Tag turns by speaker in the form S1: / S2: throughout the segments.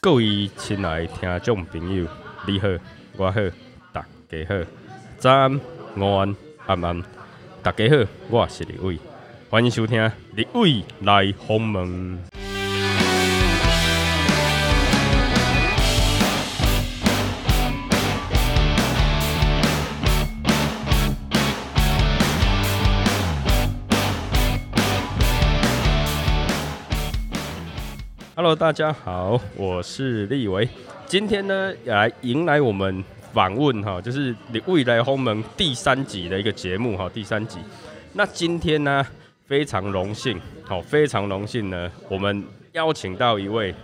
S1: 各位亲爱的听众朋友，你好，我好，大家好，早安、午安、晚安，大家好，我是李伟，欢迎收听《李伟来访问》。Hello，大家好，我是立维。今天呢，也来迎来我们访问哈，就是《未来鸿门》第三集的一个节目哈，第三集。那今天呢，非常荣幸，好，非常荣幸呢，我们邀请到一位，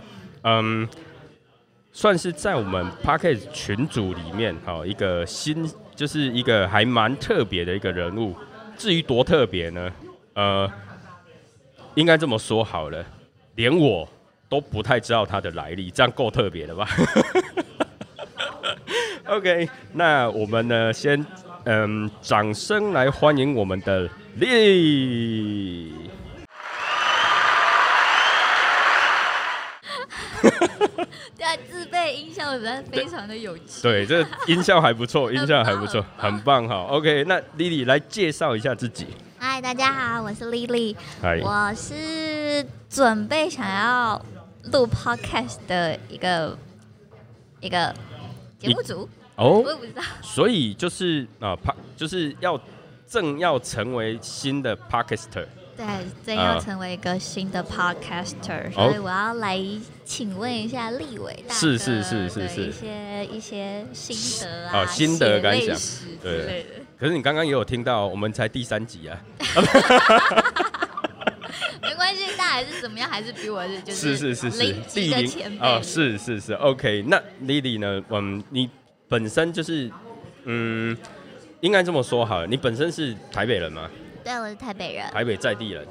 S1: 嗯，算是在我们 p a c k a g e 群组里面哈，一个新，就是一个还蛮特别的一个人物。至于多特别呢，呃，应该这么说好了，连我都不太知道它的来历，这样够特别了吧 ？OK，那我们呢，先嗯，掌声来欢迎我们的丽。
S2: 对啊，自备音效实在非常的有趣。
S1: 对，这音效还不错，音效还不错，
S2: 很
S1: 很棒哈。OK，那丽丽来介绍一下自己。
S2: 嗨，大家好，我是丽丽，
S1: 嗨，
S2: 我是准备想要录 podcast 的一个一个节目组，
S1: 哦
S2: 我，也不知道。
S1: 所以就是啊，帕、就是要正要成为新的 Podcaster。
S2: 对，真
S1: 啊
S2: 要成为一个新的 podcaster，、
S1: 哦
S2: 所以我要来请问一下立伟大哥
S1: 是是是是
S2: 的
S1: 是
S2: 一些一些心得
S1: 哦
S2: 啊，
S1: 心得
S2: 血
S1: 感
S2: 泪
S1: 想
S2: 史之
S1: 对
S2: 类的。
S1: 可是你刚刚也有听到，我们才第三集啊。
S2: 没关系，但还是怎么样，还是比我是就是
S1: 是是是
S2: 零，级
S1: 第
S2: 的
S1: 零
S2: 前辈
S1: 啊，是是是，OK。那 Lily 呢？嗯，你本身就是，嗯，应该这么说好了，你本身是台北人吗？
S2: 对，我是台北人，
S1: 台北在地人，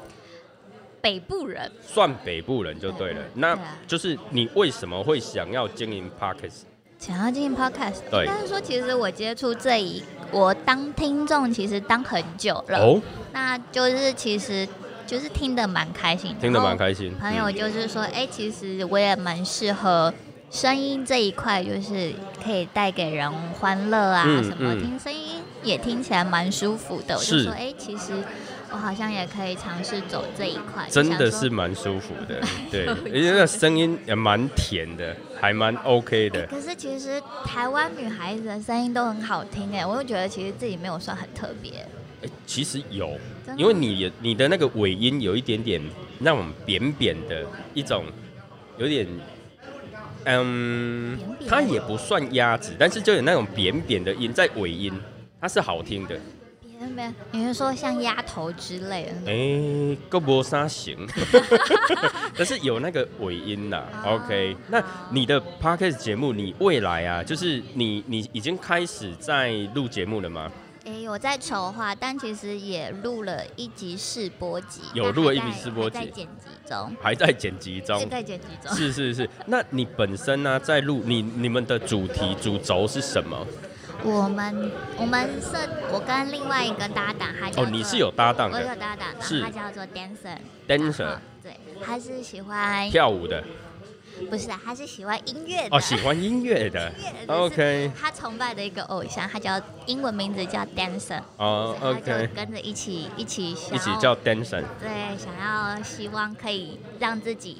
S2: 北部人。
S1: 算北部人就对了
S2: 对。
S1: 那
S2: 对啊
S1: 就是你为什么会想要经营 Parkes？
S2: 想要进行 podcast，
S1: 对
S2: 但是说其实我接触这一，我当听众其实当很久了，
S1: 哦，
S2: 那就是其实就是听得蛮开心，
S1: 听得蛮。开心。
S2: 朋友
S1: 嗯
S2: 就是说，哎、其实我也蛮适合声音这一块，就是可以带给人欢乐啊，
S1: 嗯
S2: 什么、
S1: 嗯
S2: 听声音也听起来蛮舒服的。我就是说，哎、其实我好像也可以尝试走这一块，就
S1: 真
S2: 想
S1: 的
S2: 说
S1: 是蛮舒服的， 对，
S2: 有
S1: 而
S2: 一
S1: 且那声音也蛮甜的，还蛮 OK
S2: 欸
S1: 的。
S2: 可是其实台湾女孩子的声音都很好听哎，我就觉得其实自己没有算很特别，
S1: 哎，其实有，
S2: 真的
S1: 因为你也你的那个尾音有一点点那种扁扁的一种，有点，嗯
S2: 扁，扁
S1: 它也不算鸭子，但是就有那种扁扁的音在尾音，它是好听的。
S2: 别别，你是说像丫头之类的？
S1: 哎、够不啥行， 但是有那个尾音呐、
S2: 哦
S1: OK，
S2: 好
S1: 那你的 podcast 节目，你未来啊，就是你你已经开始在录节目了吗？
S2: 哎、我在筹划，但其实也录了一集试播集，
S1: 有
S2: 但
S1: 录了一
S2: 还
S1: 集
S2: 在
S1: 试播集
S2: 还在剪辑中，
S1: 还在剪辑中
S2: 是。在剪辑中。
S1: 是是是，那你本身呢、在录你你们的主题主轴是什么？
S2: 我们我们设，我跟另外一个搭档，他叫
S1: 哦，
S2: 做
S1: 你是有搭档
S2: 我有
S1: 的
S2: 搭档，然后
S1: 是
S2: 他叫做 dancer
S1: dancer
S2: 然后对，他是喜欢
S1: 跳舞的
S2: 不是啊，他是喜欢音乐的
S1: 哦，喜欢音乐的
S2: 音乐的是
S1: OK
S2: 他崇拜的一个偶像，他叫英文名字叫 Dancer，
S1: 哦
S2: 所以他
S1: OK，
S2: 就跟着一起一起想
S1: 一起
S2: 要
S1: 叫 dancer，
S2: 对，想要希望可以让自己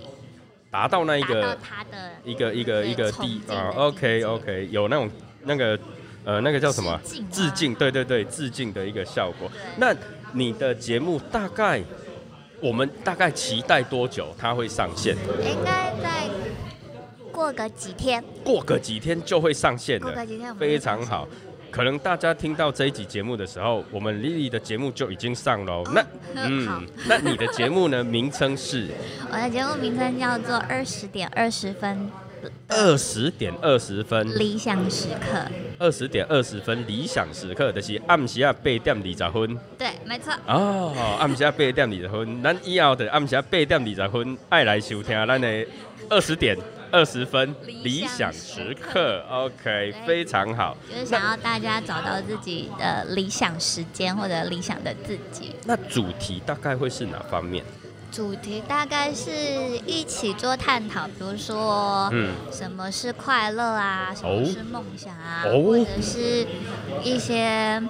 S1: 达到那一
S2: 达到
S1: 个
S2: 他的
S1: 一个一个
S2: 对
S1: 一个
S2: 崇
S1: 地
S2: 敬的
S1: 啊
S2: 地
S1: ，OK
S2: 址
S1: OK，有那种那个呃那个叫什么
S2: 致敬啊
S1: 致敬，对对对，致敬的一个效果
S2: 对。
S1: 那你的节目大概我们大概期待多久它会上线？
S2: 应该在过个几天，
S1: 过个几天就会上线
S2: 过
S1: 的
S2: 个，几天我们
S1: 非常好。可能大家听到这一集节目的时候，我们 Lily 的节目就已经上了哦。那
S2: 好
S1: 嗯，那你的节目呢？名称是
S2: 我的节目名称叫做《二十点二十分
S1: 二十点二十分，
S2: 理想时刻
S1: 二十点二十分理想时刻，就是暗时啊八点二十分》。
S2: 对，没错，
S1: 哦，暗时啊八点二十分，咱以后的暗时啊八点二十分爱来收听咱的二十点二十分理
S2: 理
S1: 想
S2: 想
S1: 时
S2: 时刻
S1: 刻。OK，
S2: 对
S1: 非常好。
S2: 就是想要大家找到自己的理想时间或者理想的自己。
S1: 那主题大概会是哪方面？
S2: 主题大概是一起做探讨，比如说，
S1: 嗯，
S2: 什么是快乐啊，什么是梦想啊，
S1: 哦
S2: 或者是一些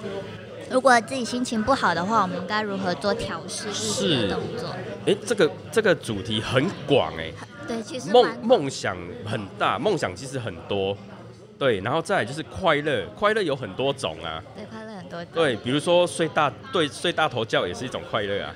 S2: 如果自己心情不好的话，我们该如何做调试自己
S1: 是
S2: 的动作？
S1: 诶，这个这个主题很广诶，
S2: 对，其实蛮
S1: 梦梦想很大，梦想其实很多，对，然后再来就是快乐，快乐有很多种啊，
S2: 对快乐很多。
S1: 对，比如说睡大对睡大头觉也是一种快乐 啊，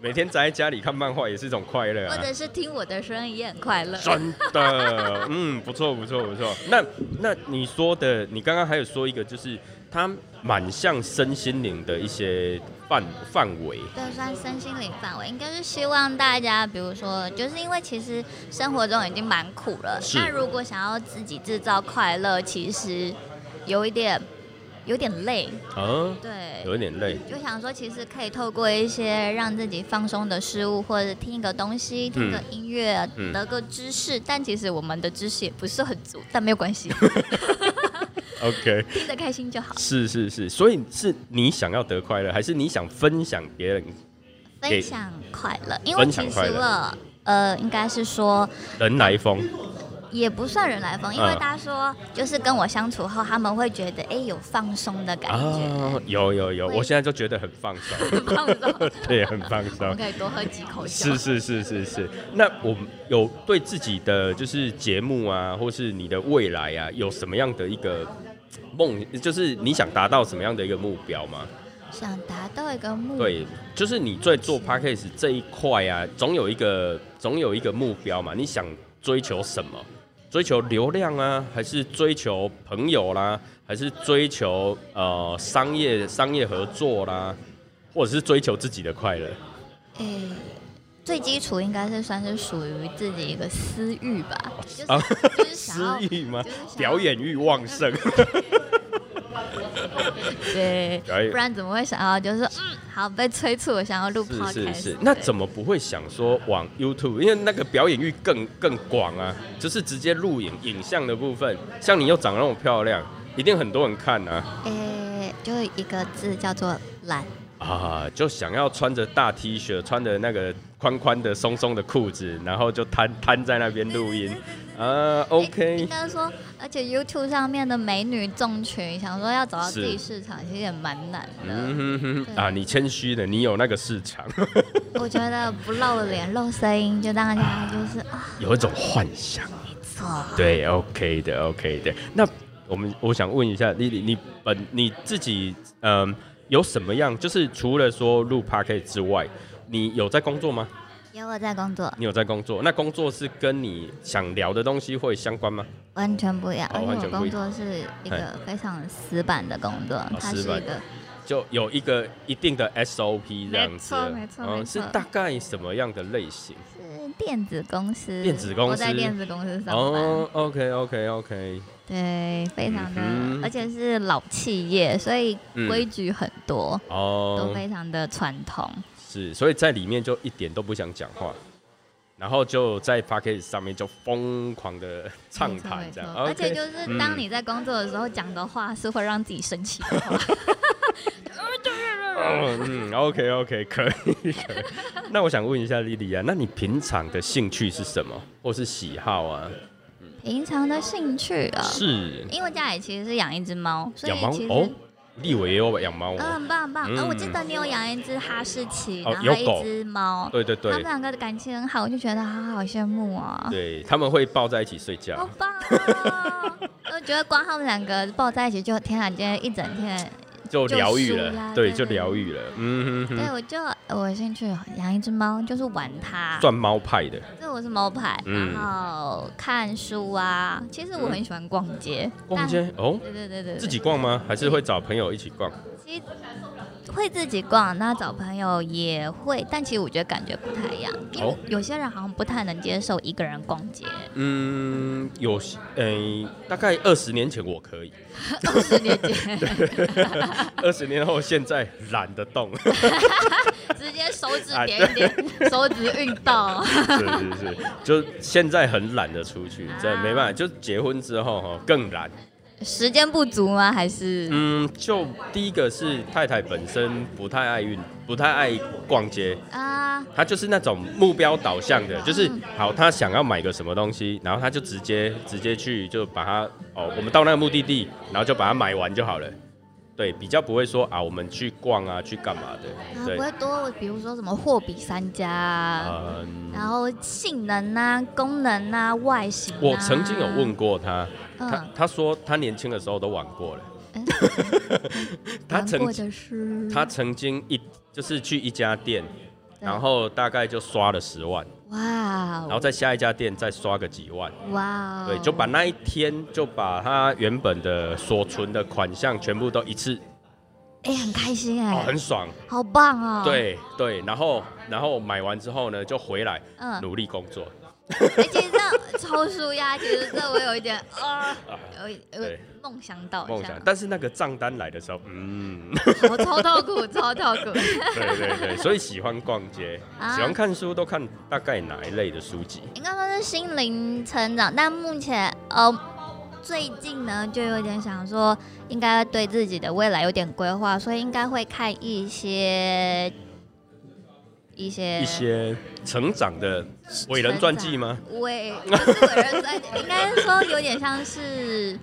S1: 每天宅在家里看漫画也是一种快乐
S2: 或
S1: 啊，
S2: 者是听我的声音也很快乐。
S1: 真的，嗯，不错不错不错。那那你说的，你刚刚还有说一个，就是它蛮像身心灵的一些范范围，
S2: 对，算身心灵范围，应该是希望大家，比如说，就是因为其实生活中已经蛮苦了，
S1: 是
S2: 那如果想要自己制造快乐，其实有一点有点累，
S1: 啊，
S2: 对，
S1: 有一点累，
S2: 就想说，其实可以透过一些让自己放松的事物，或者听一个东西、听个音乐、
S1: 嗯
S2: 得个知识。但其实我们的知识也不是很足， 但没有关系，
S1: OK，
S2: 听得开心就好。
S1: 是是是，所以是你想要得快乐，还是你想分享别人给
S2: 分享快乐，因为
S1: 分享
S2: 其实
S1: 快乐
S2: 了，呃，应该是说
S1: 人来疯？
S2: 也不算人来疯，因为
S1: 嗯
S2: 大家说就是跟我相处后，他们会觉得哎、有放松的感觉，
S1: 啊，有有有，
S2: 会
S1: 我现在就觉得很放松，
S2: 放松，
S1: 对，很放
S2: 我
S1: 松
S2: 们。可以多喝几口酒
S1: 是。是是是是，那我们有对自己的就是节目啊，或是你的未来啊，有什么样的一个梦？就是你想达到什么样的一个目标吗？
S2: 想达到一个目
S1: 对，就是你在做 p a c k a g e 这一块啊，总有一个总有一个目标嘛，你想追求什么？追求流量啊，还是追求朋友啦，还是追求呃商业商业合作啦，或者是追求自己的快乐？
S2: 诶，最基础应该是算是属于自己一个私欲吧，就是、
S1: 啊
S2: 就是想
S1: 私
S2: 要
S1: 欲吗
S2: 就是想？要
S1: 表演欲旺盛。
S2: 对
S1: 表演，
S2: 不然怎么会想要就是嗯，好被催促我想要录 podcast？
S1: 是是是，那怎
S2: 么？
S1: 么不会想说往 YouTube？因为那个表演欲更更广啊，就是直接录影影像的部分，像你又长得那么漂亮，一定很多人看啊
S2: 诶，就一个字叫做懒。
S1: 啊，就想要穿着大 T 恤，穿着那个宽宽的松松的裤子，然后就摊摊在那边录音啊
S2: 诶应
S1: ，OK，
S2: 该说，而且 YouTube 上面的美女众群，想说要找到
S1: 是
S2: 自己市场，其实也蛮难的。
S1: 嗯哼哼
S2: 对
S1: 啊，你谦虚的，你有那个市场，
S2: 我觉得不露脸、露声音，就让大家就是啊，
S1: 有一种幻想。
S2: 错。
S1: 对，OK 的，OK 的。那我们我想问一下丽丽，你本你自己嗯、有什么样？就是除了说录 p a c k e t 之外，你有在工作吗？
S2: 有我在工作，
S1: 你有在工作？那工作是跟你想聊的东西会相关吗？
S2: 完全不一样，
S1: 哦
S2: 而
S1: 完
S2: 且
S1: 全
S2: 我
S1: 不一
S2: 工
S1: 样哎哦
S2: 作是一个非常死板的工作，它是
S1: 死板
S2: 一个
S1: 就有一个一定的 SOP 这样子的，
S2: 没错没错没
S1: 嗯，
S2: 错
S1: 是大概什么样的类型？
S2: 是电子公司，
S1: 电子公司
S2: 我在电子公司上班，
S1: 哦，OK OK OK，
S2: 对，非常的，
S1: 嗯哼
S2: 而且是老企业，所以
S1: 嗯
S2: 规矩很多，都
S1: 哦，
S2: 非常的传统。
S1: 是，所以在里面就一点都不想讲话，然后就在 p a c k a g e 上面就疯狂的畅
S2: 没错
S1: 谈
S2: 没
S1: 这
S2: 错
S1: 样，啊
S2: 而且
S1: OK 嗯
S2: 就是当你在工作的时候讲的话是会让自己生气的话，
S1: 哦嗯，OK OK，可 以可以。那我想问一下莉莉啊，那你平常的兴趣是什么，或是喜好啊？
S2: 平常的兴趣啊，
S1: 是
S2: 因为家里其实是养一只猫，所以
S1: 养猫
S2: 其实
S1: 哦，立伟也有养猫
S2: 嗯，
S1: 哦，
S2: 很棒很棒。呃我记
S1: 嗯
S2: 得你有养一只哈士奇，
S1: 哦
S2: 然后
S1: 有
S2: 还有
S1: 狗
S2: 一只猫，
S1: 对对
S2: 他们
S1: 对
S2: 两个的感情很好，我就觉得好好羡慕哦，
S1: 对，啊他们会抱在一起睡
S2: 好
S1: 觉，
S2: 棒哦！ 我觉得光他们两个抱在一起就，天啊，今天一整天。
S1: 就
S2: 就
S1: 疗愈
S2: 舒
S1: 了，
S2: 压
S1: 对，
S2: 对
S1: 就
S2: 对
S1: 疗愈了，嗯哼
S2: 对，啊
S1: 哼，
S2: 我就我有兴趣养一只猫，就是玩它。
S1: 算猫派的，
S2: 对，我是猫派，
S1: 嗯
S2: 然后看书啊。其实我很喜欢逛街，
S1: 逛街哦
S2: 但。，对对对对，对
S1: 自己逛吗？还是会找朋友一起逛？
S2: 其实会自己逛，那找朋友也会，但其实我觉得感觉不太一样，因
S1: 哦
S2: 为有些人好像不太能接受一个人逛 街。
S1: 嗯，有些，诶、大概二十年前我可以，
S2: 二十年前
S1: 二十年后现在懒得 动。
S2: 直接手指
S1: 啊
S2: 点一点，手指运 动。
S1: 是是是，就现在很懒得出去，真的
S2: 啊
S1: 哦没办法。就结婚之后哈，更懒，
S2: 时间不足吗？还是
S1: 嗯，就第一个是太太本身不太爱运，不太爱逛街，
S2: 啊？
S1: 她就是那种目标导向的，就是
S2: 嗯
S1: 好，她想要买个什么东西，然后她就直接直接去就把它哦，我们到那个目的地，然后就把它买完就好了。对，比较不会说啊，我们去逛啊，去干嘛的。
S2: 啊，
S1: 对
S2: 不，会多，比如说什么货比三家啊，
S1: 嗯，
S2: 然后性能啊、功能啊、外形、啊。
S1: 我曾经有问过她，她
S2: 嗯，
S1: 她说她年轻的时候都玩过了
S2: 嗯。
S1: 她
S2: 难过
S1: 曾
S2: 的是
S1: 她曾经一就是去一家店，
S2: 对
S1: 然后大概就刷了十万。
S2: 哇
S1: 然后
S2: 哦，
S1: 在下一家店再刷个几万，
S2: 哇哦，
S1: 对，就把那一天就把他原本的所存的款项全部都一次，
S2: 哎、很开心哎、
S1: 哦，很爽，
S2: 好棒哦！，
S1: 对对，然后然后买完之后呢，就回来
S2: 嗯，哎、
S1: 努力工作，
S2: 其实这抽舒压，其实这我有一点啊、
S1: 啊
S2: 有一有
S1: 对
S2: 梦想到
S1: 梦
S2: 一下
S1: 想。，但是那个账单来的时候， 嗯，
S2: 我超痛苦，超痛苦。
S1: 对对对，所以喜欢逛街，
S2: 啊
S1: 喜欢看书，都看大概哪一类的书籍？
S2: 应该说是心灵成长，但目前呃最近呢，就有点想说，应该对自己的未来有点规划，所以应该会看一些一些
S1: 一些成长的伟人传记吗？
S2: 伟不是伟人传记，应该说有点像是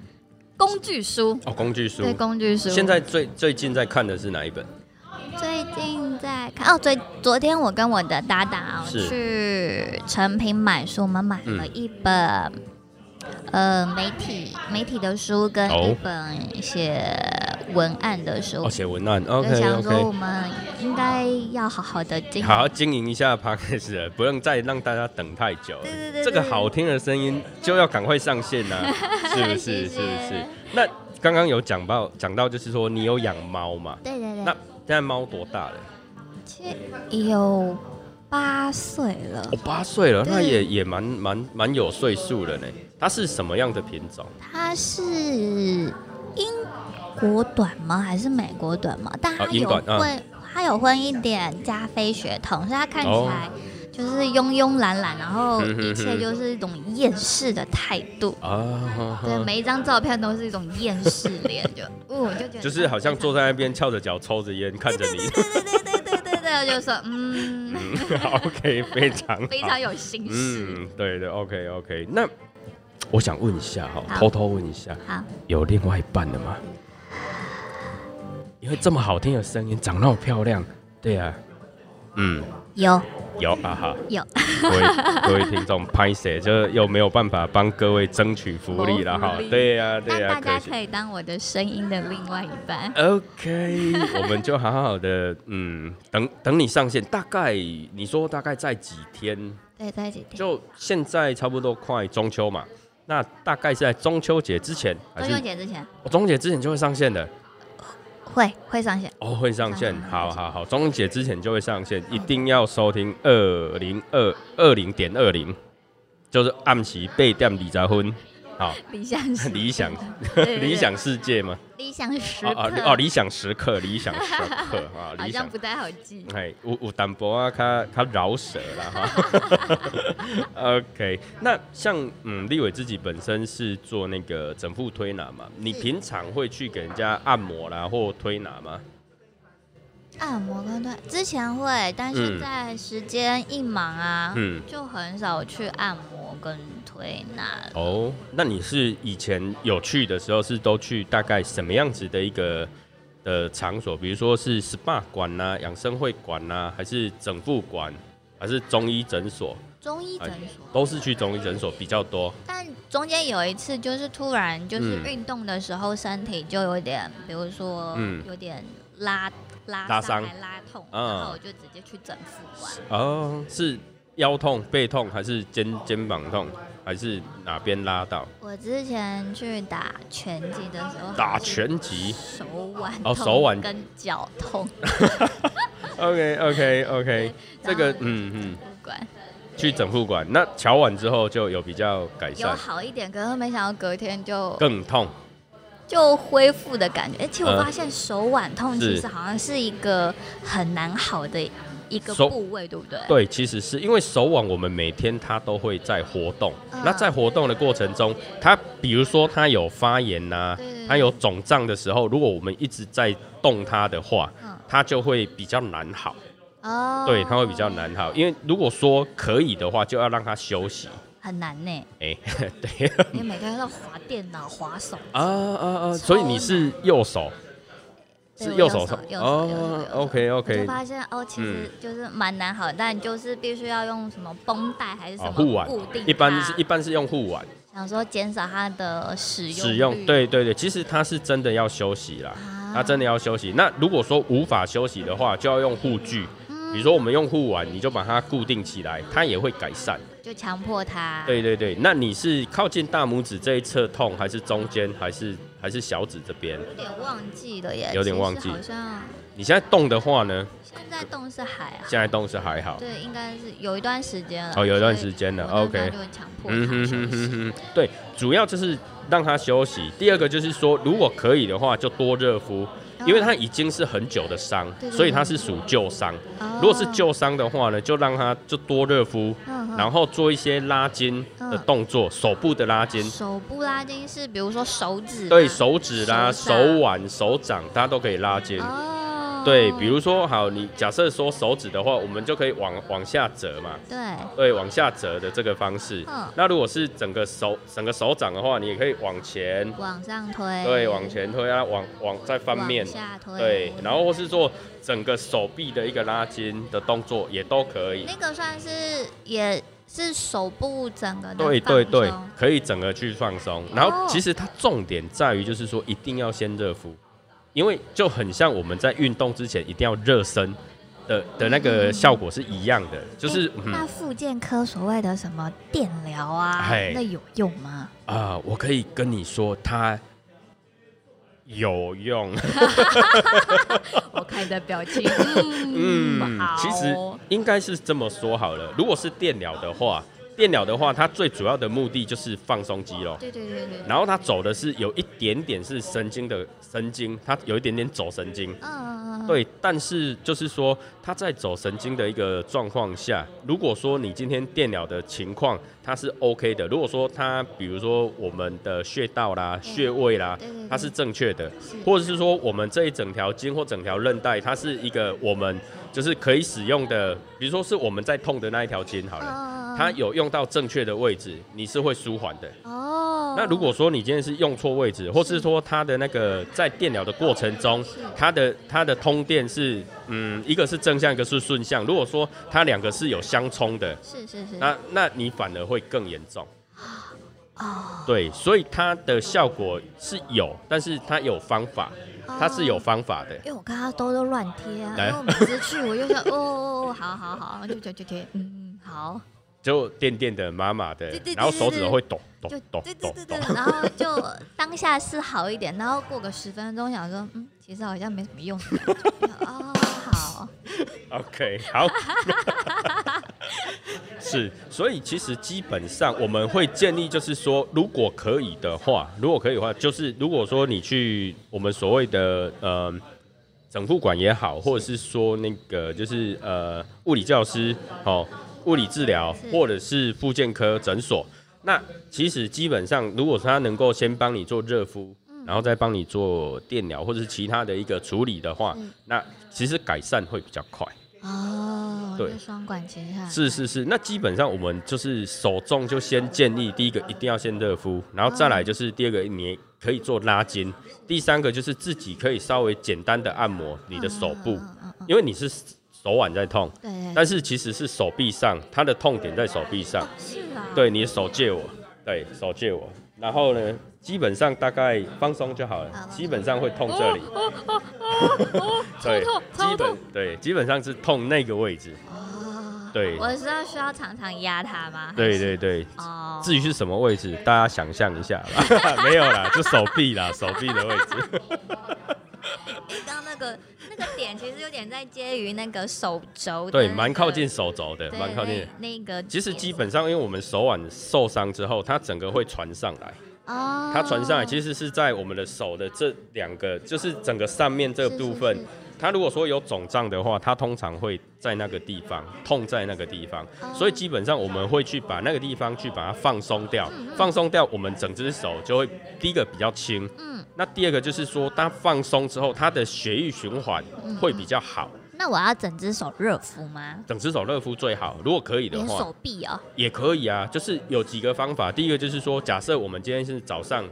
S2: 工具书，
S1: 哦，工具书
S2: 对。工具书。
S1: 现在最最近在看的是哪一本？
S2: 最近在看哦，昨昨天我跟我的搭档哦
S1: 是
S2: 去成品买书，我们买了一本、呃媒体媒体的书，跟
S1: 哦
S2: 一本写文案的书。
S1: 哦，写文案。
S2: 就
S1: OK
S2: 想
S1: OK。
S2: 说我们应该要好好的经营。
S1: 好好经营一下 podcast，了不用再让大家等太久了。
S2: 对对对
S1: 这个好听的声音就要赶快上线呐、 是不是？
S2: 谢谢
S1: 是不是？那刚刚有讲到讲到，就是说你有养猫嘛？
S2: 对对
S1: 那
S2: 对，
S1: 现在猫多大了？
S2: 其实有八岁了
S1: 我、，哦八岁了，
S2: 对
S1: 那也也蛮蛮蛮有岁数了呢。它是什么样的品种？
S2: 它是英国短吗？还是美国短吗？但它
S1: 哦英
S2: 有
S1: 短
S2: 混，
S1: 嗯
S2: 它有混一点加菲血统，所以它看起
S1: 哦
S2: 来就是慵慵懒懒，然后
S1: 嗯哼
S2: 一切
S1: 哼
S2: 就是一种厌世的态度。
S1: 啊，
S2: 对，每一张照片都是一种厌世脸，就，哦，我就觉得
S1: 就是好像坐在那边翘着脚抽着烟看着你
S2: 对。对对对对对对对，我就说嗯，
S1: 嗯 OK，非常好
S2: 非常有心事。
S1: 嗯，对对，OK OK。那我想问一下哈，
S2: 好
S1: 偷偷问一下，
S2: 好，
S1: 有另外一半了吗？因为这么好听的声音，长那么漂亮，对啊，嗯，
S2: 有
S1: 有啊哈，
S2: 有，
S1: 各位 各位听众，拍谁就是又没有办法帮各位争取福利了哈
S2: 谋福，利
S1: 对呀、对
S2: 但
S1: 呀、
S2: 大家
S1: 可惜。
S2: 可以当我的声音的另外一半。
S1: OK，我们就好好的，嗯，等等你上线，大概你说大概在几天？
S2: 对，在一起听。
S1: 就现在差不多快中秋嘛，那大概是在中秋节之前，还
S2: 中
S1: 是
S2: 秋节之前
S1: 哦中秋节之前就会上线的？
S2: 会会上线。嗯
S1: 哦，会上线，
S2: 啊
S1: 好好好，中姐之前就会上线，一定要收听二零二二零点二零，就是暗时八点二十分， 好，
S2: 理想时
S1: 理想
S2: 对对对
S1: 理想世界嘛，
S2: 理想时
S1: 啊
S2: 刻
S1: 啊哦，理想时刻，理想时 刻啊，
S2: 好
S1: 理
S2: 像
S1: 想
S2: 不。太好记。
S1: 哎，有有淡薄啊，较较饶舌啦哈。OK，那像嗯，立伟自己本身是做那个整腹推拿嘛，你
S2: 是
S1: 平常会去给人家按摩啦或推拿吗？
S2: 按摩跟对，之前会，但是
S1: 嗯
S2: 在时间一忙啊，
S1: 嗯，
S2: 就很少去按摩跟推拿。
S1: 哦，那你是以前有去的时候是都去大概什么样子的一个的场所？比如说是 SPA 馆呐、养生会馆呐、还是整复馆，还是中医诊所？
S2: 中医诊所，
S1: 哎都是去中医诊所比较多。
S2: 但中间有一次就是突然就是
S1: 嗯
S2: 运动的时候，身体就有点，比如说
S1: 嗯
S2: 有点拉拉
S1: 拉
S2: 伤
S1: 伤
S2: 还拉痛，
S1: 嗯
S2: 然后我就直接去整复馆。
S1: 哦，是腰痛、背痛，还是肩肩膀痛，还是哪边拉到？
S2: 我之前去打拳击的时候，
S1: 打拳击
S2: 手腕
S1: 哦
S2: 痛
S1: 手腕
S2: 跟脚痛，
S1: ？OK OK OK，这个
S2: 然后
S1: 嗯嗯，
S2: 不管
S1: 去整复馆。那瞧完之后就有比较改
S2: 有
S1: 善，
S2: 好一点，可是没想到隔天就
S1: 更痛。
S2: 就恢复的感觉。而且我
S1: 呃
S2: 发现手腕痛
S1: 是
S2: 其实好像是一个很难好的一个
S1: 手
S2: 部位，对不对？
S1: 对，其实是因为手腕，我们每天它都会在活动。
S2: 嗯
S1: 那在活动的过程中，它比如说它有发炎呐、
S2: 对对
S1: 它有肿胀的时候，如果我们一直在动它的话，
S2: 嗯
S1: 它就会比较难好。
S2: 哦，
S1: 对，它会比较难好，因为如果说可以的话，就要让它休息。
S2: 很难呢，
S1: 哎、 对
S2: 因为每天都滑电脑、滑手，
S1: 啊啊啊！所以你是右手，
S2: 对
S1: 是
S2: 我
S1: 右
S2: 右
S1: 手
S2: 手
S1: 上，
S2: 右手
S1: 哦嗯
S2: 右手右手
S1: ，OK
S2: 我就
S1: OK，
S2: 发现哦，其实就是蛮难好的，但就是必须要用什么绷带还是什
S1: 啊，
S2: 么
S1: 护腕
S2: 固定它，
S1: 一般是一般是用护腕
S2: 想说减少它的使用
S1: 使用，
S2: 率
S1: 对对对，其实它是真的要休息啦。
S2: 啊
S1: 他真的要休息。那如果说无法休息的话，就要用护具。
S2: 嗯
S1: 比如说我们用护腕，你就把它固定起来，它也会改善。
S2: 就强迫它，
S1: 对对对，那你是靠近大拇指这一侧痛，还是中间，还是还是小指这边？
S2: 有点忘记了耶，
S1: 有点
S2: 其实
S1: 忘记
S2: 好像
S1: 你现在动的话呢，
S2: 现在动是海啊，
S1: 现在动是还好。
S2: 对，应该是有一段时间了，
S1: 哦有一段
S2: 所以
S1: 时间了
S2: 我那
S1: OK
S2: 时候就强迫
S1: 嗯
S2: 它
S1: 哼
S2: 休
S1: 哼哼
S2: 息，
S1: 哼，对，主要就是让它休息。第二个就是说，如果可以的话，就多热敷，因为它已经是很久的伤
S2: 嗯对，对
S1: 所以
S2: 对
S1: 它是属旧伤。
S2: 哦
S1: 如果是旧伤的话呢，就让它就多热敷，
S2: 嗯哼
S1: 然后做一些拉筋的动作，手部的拉筋，
S2: 手部拉筋是比如说手指
S1: 对
S2: 吗
S1: 手指啦、
S2: 手
S1: 手
S2: 掌
S1: 腕、手掌，它都可以拉筋。
S2: 哦，
S1: 对，比如说好，你假设说手指的话，我们就可以往往下折嘛，
S2: 对
S1: 对，往下折的这个方式
S2: 嗯。
S1: 那如果是整个手整个手掌的话，你也可以往前，
S2: 往上推，
S1: 对，往前推啊，往往再翻面
S2: 往，下推，
S1: 对，然后或是做整个手臂的一个拉筋的动作也都可以。
S2: 那个算是也是手部整个的
S1: 对
S2: 放
S1: 对对
S2: 松，
S1: 可以整个去放松。然后
S2: 哦
S1: 其实它重点在于就是说一定要先热敷，因为就很像我们在运动之前一定要热身的的那个效果是一样的，就是
S2: 嗯诶
S1: 嗯
S2: 那复健科所谓的什么电疗啊
S1: 哎，
S2: 那有用吗？
S1: 啊，我可以跟你说它。有用，
S2: 我看你的表 情，嗯，好
S1: 其实应该是这么说好了。如果是电疗的话，电疗的话，它最主要的目的就是放松肌肉，
S2: 对对对对，
S1: 然后它走的是有一点点是神经的神经，它有一点点走神经，
S2: 嗯，
S1: 对，但是就是说，他在走神经的一个状况下，如果说你今天电疗的情况它是 OK 的，如果说它比如说我们的穴道啦、
S2: 对
S1: 穴位啦
S2: 嗯对对对，
S1: 它是正确的
S2: 是，
S1: 或者是说我们这一整条筋或整条韧带，它是一个我们就是可以使用的，比如说是我们在痛的那一条筋好了，
S2: 嗯，
S1: 它有用到正确的位置，你是会舒缓的。
S2: 哦，
S1: 那如果说你今天是用错位
S2: 嗯
S1: 置，或是说它的那个在电疗的过程中，它的它的通电是嗯，一个是正向，一个是顺向。如果说它两个是有相冲的，
S2: 是是是，
S1: 那那你反而会更严重。
S2: 哦，
S1: 对，所以它的效果是有，但是它有方法，
S2: 哦
S1: 它是有方法的。
S2: 因为我看他都都乱贴啊，因
S1: 来
S2: 为我每次去我就说哦哦哦，好好好，就就就贴，嗯，好，
S1: 就电电的、麻麻的
S2: 对对，对
S1: 然后手指会抖抖
S2: 就
S1: 抖
S2: 对对
S1: 抖
S2: 对对
S1: 抖。，
S2: 然后就当下是好一点，然后过个十分钟想说，嗯，其实好像没什么用，哦， 好，
S1: OK，好， 是，所以其实基本上我们会建议，就是说，如果可以的话，如果可以的话，就是如果说你去我们所谓的呃整复馆也好，或者是说那个就是呃物理教师哦，物理治疗
S2: 是
S1: 或者是复健科诊所，那其实基本上，如果他能够先帮你做热敷，
S2: 嗯
S1: 然后再帮你做电疗或者是其他的一个处理的话，
S2: 嗯
S1: 那其实改善会比较快。
S2: 哦，
S1: 对
S2: 就双管齐下，
S1: 是是是，那基本上我们就是首重就先建议，第一个一定要先热敷，然后再
S2: 嗯
S1: 来就是第二个你可以做拉筋，第三个就是自己可以稍微简单的按摩你的手部，
S2: 嗯嗯嗯嗯
S1: 因为你是手腕在痛，
S2: 对对，
S1: 但是其实是手臂上，它的痛点在手臂上
S2: 哦。是啊，
S1: 对，你的手借我，对手借我，然后呢，基本上大概放松就好了
S2: 好，哦
S1: 基本上会痛这里，
S2: 啊
S1: 对，基本对，基本上是痛那个位置，
S2: 哦，
S1: 对
S2: 我是要需要常常压它吗？还
S1: 对对
S2: 是，
S1: 对，
S2: 哦，
S1: 至于是什么位置，大家想象一下吧。没有啦，就手臂啦，手臂的位置。
S2: 刚刚那个那个点其实有点在介于那个手肘的
S1: 对，
S2: 那个
S1: 蛮靠近手肘的，
S2: 对
S1: 蛮靠近的。
S2: 那那个点。
S1: 其实基本上，因为我们手腕受伤之后，它整个会传上来。
S2: 哦，
S1: 它传上来其实是在我们的手的这两个，就是整个上面这个部分
S2: 是是是，
S1: 他如果说有肿胀的话，他通常会在那个地方痛在那个地方，
S2: 哦
S1: 所以基本上我们会去把那个地方去把它放松掉
S2: 嗯嗯，
S1: 放松掉，我们整只手就会第一个比较轻，
S2: 嗯，
S1: 那第二个就是说，它放松之后，它的血液循环
S2: 嗯
S1: 会比较好，
S2: 那我要整只手热敷吗？
S1: 整只手热敷最好，如果可以的
S2: 连
S1: 话
S2: 手臂哦，
S1: 也可以啊。就是有几个方法，第一个就是说，假设我们今天是早上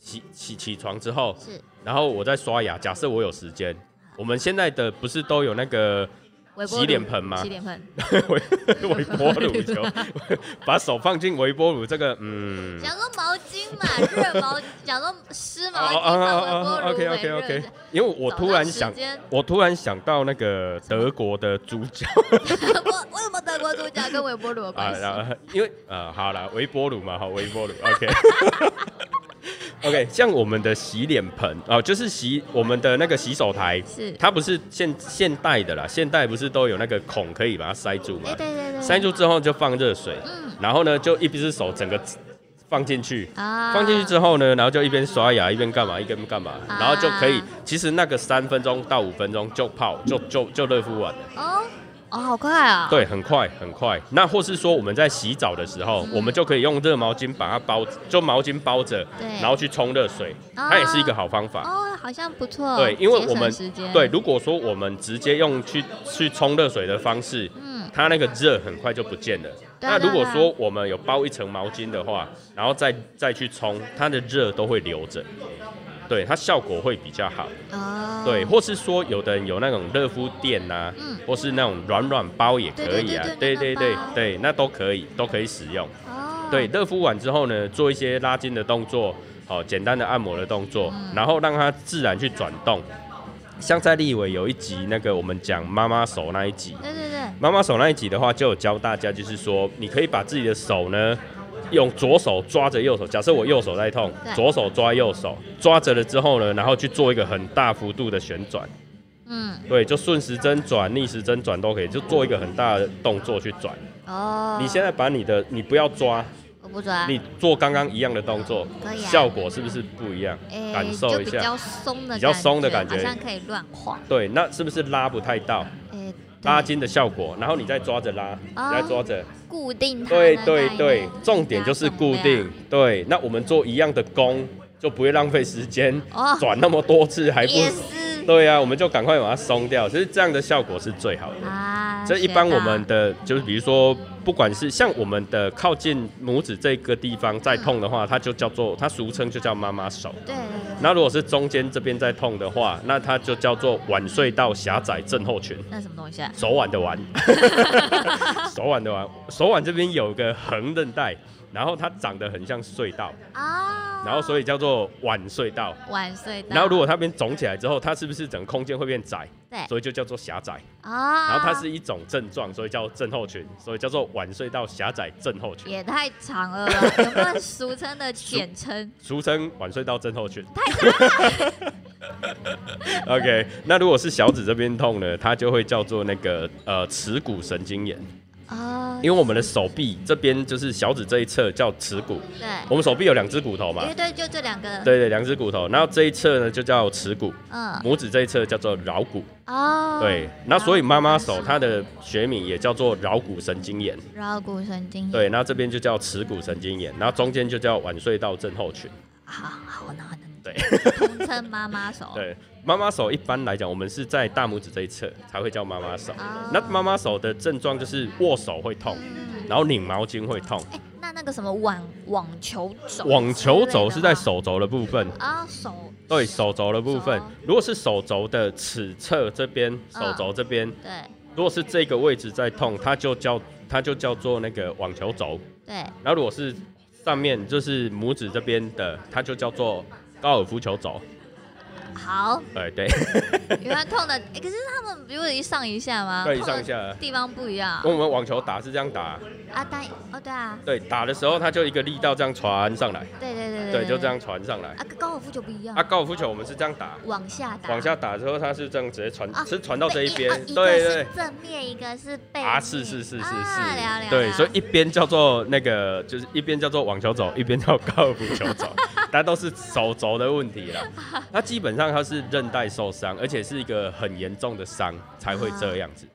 S1: 起起起床之后，
S2: 是
S1: 然后我在刷牙，假设我有时间，我们现在的不是都有那 个
S2: 微波
S1: 洗脸
S2: 炉
S1: 盆吗
S2: 洗脸盆，
S1: 微微波炉 球，把手放进微波炉这个，嗯，
S2: 讲说毛巾嘛， 热毛，讲说湿毛巾
S1: 哦
S2: 放
S1: 哦
S2: 微波
S1: 哦
S2: 炉
S1: 哦，OK OK
S2: 微热一
S1: OK，
S2: 下
S1: 因为我突然想
S2: 早上时。间
S1: 我突然想到那个德国的猪脚
S2: 我为什么德国猪脚跟微波炉有
S1: 啊
S2: 关，系？
S1: 然后因为呃，好了，微波炉嘛，好，微波炉 ，OK。OK，像我们的洗脸盆啊、哦就是洗我们的那个洗手台，
S2: 是，
S1: 它不是现现代的啦，现代不是都有那个孔可以把它塞住吗
S2: 哎，？对对对，
S1: 塞住之后就放热水，
S2: 嗯
S1: 然后呢就一只手整个放进去，
S2: 啊，
S1: 放进去之后呢，然后就一边刷牙一边干嘛，一边干嘛，
S2: 啊
S1: 然后就可以，其实那个三分钟到五分钟就泡，就就就热敷完了。
S2: 哦哦，好快啊！，
S1: 对，很快很快。那或是说我们在洗澡的时候，
S2: 嗯
S1: 我们就可以用热毛巾把它包，就毛巾包着，
S2: 对
S1: 然后去冲热水，
S2: 啊
S1: 它也是一个好方法。
S2: 哦，好像不错。
S1: 对，因为
S2: 节
S1: 我
S2: 省
S1: 们
S2: 时间
S1: 对，，如果说我们直接用去去冲热水的方式，
S2: 嗯，
S1: 它那个热很快就不见了。
S2: 对啊
S1: 那如果
S2: 对啊
S1: 说我们有包一层毛巾的话，然后再再去冲，它的热都会留着，对，它效果会比较好。
S2: 哦，
S1: 对，或是说有的人有那种热敷垫呐、
S2: 嗯
S1: 或是那种软软包也可以啊，
S2: 对对对
S1: 对对
S2: 软软包
S1: 对，那都可以，都可以使用。
S2: 哦，
S1: 对，热敷完之后呢，做一些拉筋的动作，好、简单的按摩的动作，
S2: 嗯
S1: 然后让它自然去转动。像在立伟有一集那个我们讲妈妈手那一集，
S2: 对对对，
S1: 妈妈手那一集的话，就有教大家，就是说你可以把自己的手呢，用左手抓着右手。假设我右手在痛
S2: 对，
S1: 左手抓右手，抓着了之后呢，然后去做一个很大幅度的旋转。
S2: 嗯，
S1: 对，就顺时针转、逆时针转都可以，就做一个很大的动作去转。
S2: 哦，
S1: 你现在把你的，你不要抓，
S2: 我不啊抓，
S1: 你做刚刚一样的动作
S2: 可，以啊
S1: 效果是不是不一样？
S2: 哎
S1: 感受一
S2: 就比
S1: 下。
S2: 较松的，
S1: 比较松的感
S2: 好
S1: 觉
S2: 像可以乱晃，
S1: 对，那是不是拉不太到
S2: 哎，
S1: 拉
S2: 对
S1: 筋的效果？然后你再抓着拉，
S2: 哦
S1: 你再抓着，
S2: 固定它的
S1: 对
S2: 那
S1: 对
S2: 一
S1: 对
S2: 面，
S1: 重点就是固
S2: 啊
S1: 定。对，那我们做一样的功，就不会浪费时间
S2: 哦，
S1: 转那么多次，还不
S2: 也是
S1: 对啊，我们就赶快把它松掉。其实这样的效果是最好的。
S2: 啊，
S1: 这一
S2: 学
S1: 般我
S2: 到
S1: 们的就是比如说，不管是像我们的靠近拇指这个地方在痛的话，它就叫做它俗称就叫妈妈手。
S2: 对对对
S1: 那如果是中间这边在痛的话，那它就叫做腕隧道狭窄症候群。
S2: 那什么东西啊？
S1: 手腕的腕， 手腕的腕，手腕这边有个横韧带，然后它长得很像隧道，
S2: 啊，
S1: 然后所以叫做腕隧道。
S2: 晚睡到，
S1: 然后如果它边肿起来之后，它是不是整个空间会变窄？
S2: 对
S1: 所以就叫做狭窄。
S2: 啊，
S1: 然后它是一种症状，所以叫症候群，所以叫做晚睡到狭窄症候群，
S2: 也太长 了吧，有没有俗称的简称？
S1: 俗称晚睡到症候群。OK，那如果是小指这边痛呢，它就会叫做那个呃耻骨神经炎，
S2: 啊，
S1: 因为我们的手臂这边就是小指这一侧叫耻骨，
S2: 对，
S1: 我们手臂有两只骨头嘛
S2: 因，为对，就这两个，，
S1: 对对，两只骨头，然后这一侧呢就叫耻骨，
S2: 嗯，
S1: 拇指这一侧叫做桡骨，
S2: 哦，
S1: 对，那所以妈妈手它的学名也叫做桡骨神经炎。
S2: 桡骨神经，，
S1: 对，那这边就叫耻骨神经炎，然后中间就叫腕隧道症候群。
S2: 好啊好那
S1: 对，
S2: 通称妈妈手，，
S1: 对，妈妈手一般来讲，我们是在大拇指这一侧才会叫妈妈手。
S2: 哦
S1: 那妈妈手的症状就是握手会痛，
S2: 嗯，
S1: 然后拧毛巾会痛。
S2: 哎，那那个什么网网球肘，
S1: 网球肘是在，手肘的部分，
S2: 啊手，
S1: 对手肘的部分
S2: 手。
S1: 如果是手肘的尺侧这边，手肘这边，
S2: 对
S1: 如果是这个位置在痛，它就叫它就叫做那个网球肘。
S2: 对，
S1: 然后如果是上面就是拇指这边的，它就叫做高尔夫球肘。
S2: 好，
S1: 哎，对，
S2: 原来痛的，哎可是他们不是一上一下吗？
S1: 对，
S2: 痛的
S1: 上下。
S2: 地方不一样
S1: 跟我们网球打是这样打，
S2: 啊，但哦对啊，
S1: 对，打的时候它就一个力道这样传上来，
S2: 对对对
S1: 对，就这样传上来。
S2: 啊，跟高尔夫球不一样
S1: 啊，，高尔夫球我们是这样打，
S2: 往下打，
S1: 往下打之后它是这样直接传
S2: 啊，
S1: 是传到这一边
S2: 啊，
S1: 对
S2: 一个
S1: 对
S2: 是。正面，一个是背面。
S1: 啊，是是是是
S2: 啊聊
S1: 是，
S2: 聊。
S1: 对，
S2: 聊
S1: 所以一边叫做那个，就是一边叫做网球肘，一边叫高尔夫球肘，但都是手肘的问题啦。那基本上他是韧带受伤，而且是一个很严重的伤才会这样子，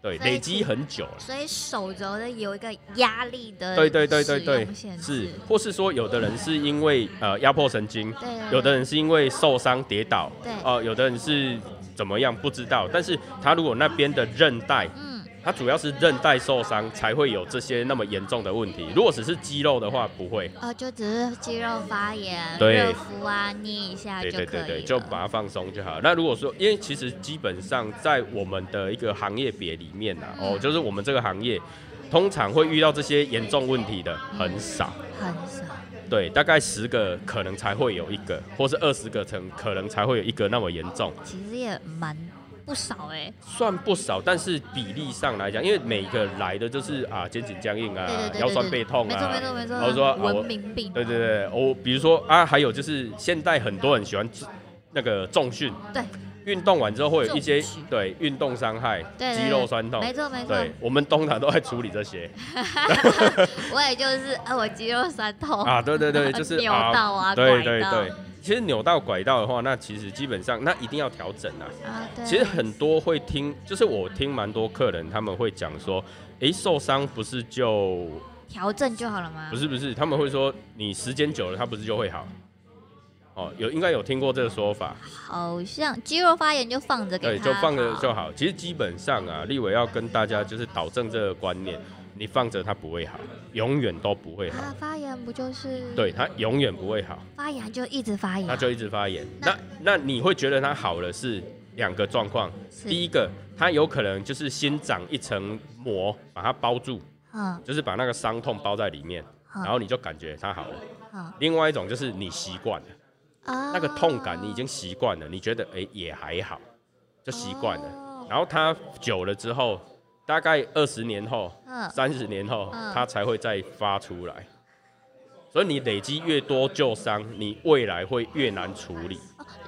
S1: 对，
S2: 啊所以
S1: 累
S2: 其
S1: 积很久了。
S2: 所以手肘的有一个压力的
S1: 对对对对
S2: 使
S1: 对
S2: 用限，
S1: 是
S2: 制，
S1: 或是说有的人是因为呃压迫神经，
S2: 对对对
S1: 有的人是因为受伤跌倒，
S2: 对
S1: 哦、有的人是怎么样不知道，但是他如果那边的韧带，
S2: 嗯
S1: 他主要是韧带受伤才会有这些那么严重的问题，如果只是肌肉的话不会，
S2: 哦，就只是肌肉发炎，
S1: 对
S2: 热敷啊，捏一下
S1: 对
S2: 就可以
S1: 对对对，
S2: 了
S1: 就把它放松就好。那如果说，因为其实基本上在我们的一个行业别里面呐、
S2: 嗯
S1: 哦，就是我们这个行业，通常会遇到这些严重问题的很少，
S2: 很少。
S1: 对，大概十个可能才会有一个，或是二十个成可能才会有一个那么严重，
S2: 其实也蛮不少哎、
S1: 算不少，但是比例上来讲，因为每个来的就是啊肩颈僵硬啊
S2: 对对对对，
S1: 腰酸
S2: 对
S1: 背痛
S2: 没错没
S1: 啊，
S2: 错没错。
S1: 然后说啊我
S2: 文明病，
S1: 对对对，我、比如说啊，还有就是现代很多人喜欢自那个重训，
S2: 对，
S1: 运动完之后会有一些
S2: 重训
S1: 对运动伤害、
S2: 对对对
S1: 肌肉酸痛，
S2: 没错没错。
S1: 对，我们通常都在处理这些
S2: 我也就是啊，我肌肉酸痛，
S1: 啊，对对 对，就是
S2: 扭到啊，
S1: 对
S2: 拐
S1: 对
S2: 到
S1: 对。其实扭到拐到的话，那其实基本上那一定要调整啊。
S2: 啊，对。
S1: 其实很多会听，就是我听蛮多客人他们会讲说，诶，受伤不是就
S2: 调整就好了吗？
S1: 不是不是，他们会说你时间久了，它不是就会好？哦，有应该有听过这个说法。
S2: 好像肌肉发炎就放着给
S1: 对，
S2: 他，
S1: 就放着就好。其实基本上啊，立伟要跟大家就是导正这个观念，你放着它不会好，永远都不会好。
S2: 啊，发炎不就是
S1: 对，它永远不会好，
S2: 发炎就一直发炎，
S1: 嗯它就一直发炎。
S2: 嗯那
S1: 那那你会觉得它好了是两个状况，
S2: 是
S1: 第一个，它有可能就是先长一层膜，把它包住，
S2: 嗯
S1: 就是把那个伤痛包在里面，
S2: 嗯
S1: 然后你就感觉它好了。
S2: 嗯
S1: 另外一种就是你习惯了，
S2: 啊
S1: 那个痛感
S2: 哦
S1: 你已经习惯了，你觉得诶也还好，就习惯了。
S2: 了，
S1: 然后它久了之后，大概二十年后、
S2: 嗯
S1: 三十年后
S2: 嗯，
S1: 它才会再发出来。所以你累积越多旧伤，你未来会越难处理。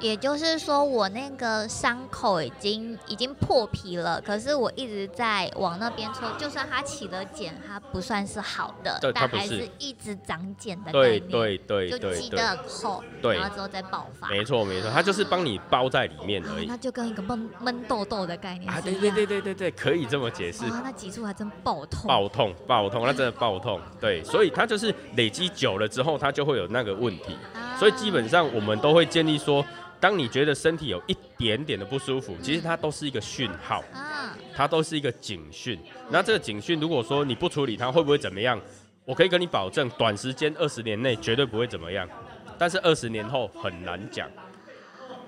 S2: 也就是说，我那个伤口已经已经破皮了，可是我一直在往那边抽，就算它起了茧，它不算是好的，
S1: 对
S2: 但
S1: 它不
S2: 还
S1: 是
S2: 是一直长茧的概
S1: 对
S2: 念，
S1: 对对
S2: 就
S1: 对
S2: 积
S1: 对
S2: 得，很厚，
S1: 对
S2: 然后之后再爆发，
S1: 没错没错，它就是帮你包在里面
S2: 啊
S1: 而已
S2: 那就跟一个闷闷痘痘的概念
S1: 啊！
S2: 是
S1: 对
S2: 一
S1: 对
S2: 样
S1: 对对对对，可以这么解释。
S2: 哇，那挤出还真爆痛，
S1: 爆痛，爆痛，那真的爆痛。对，所以它就是累积久了之后，它就会有那个问题。
S2: 啊
S1: 所以基本上我们都会建议说，当你觉得身体有一点点的不舒服，其实它都是一个讯号。
S2: 啊，
S1: 它都是一个警讯。那这个警讯，如果说你不处理它，会不会怎么样？我可以跟你保证，短时间二十年内绝对不会怎么样，但是二十年后很难讲。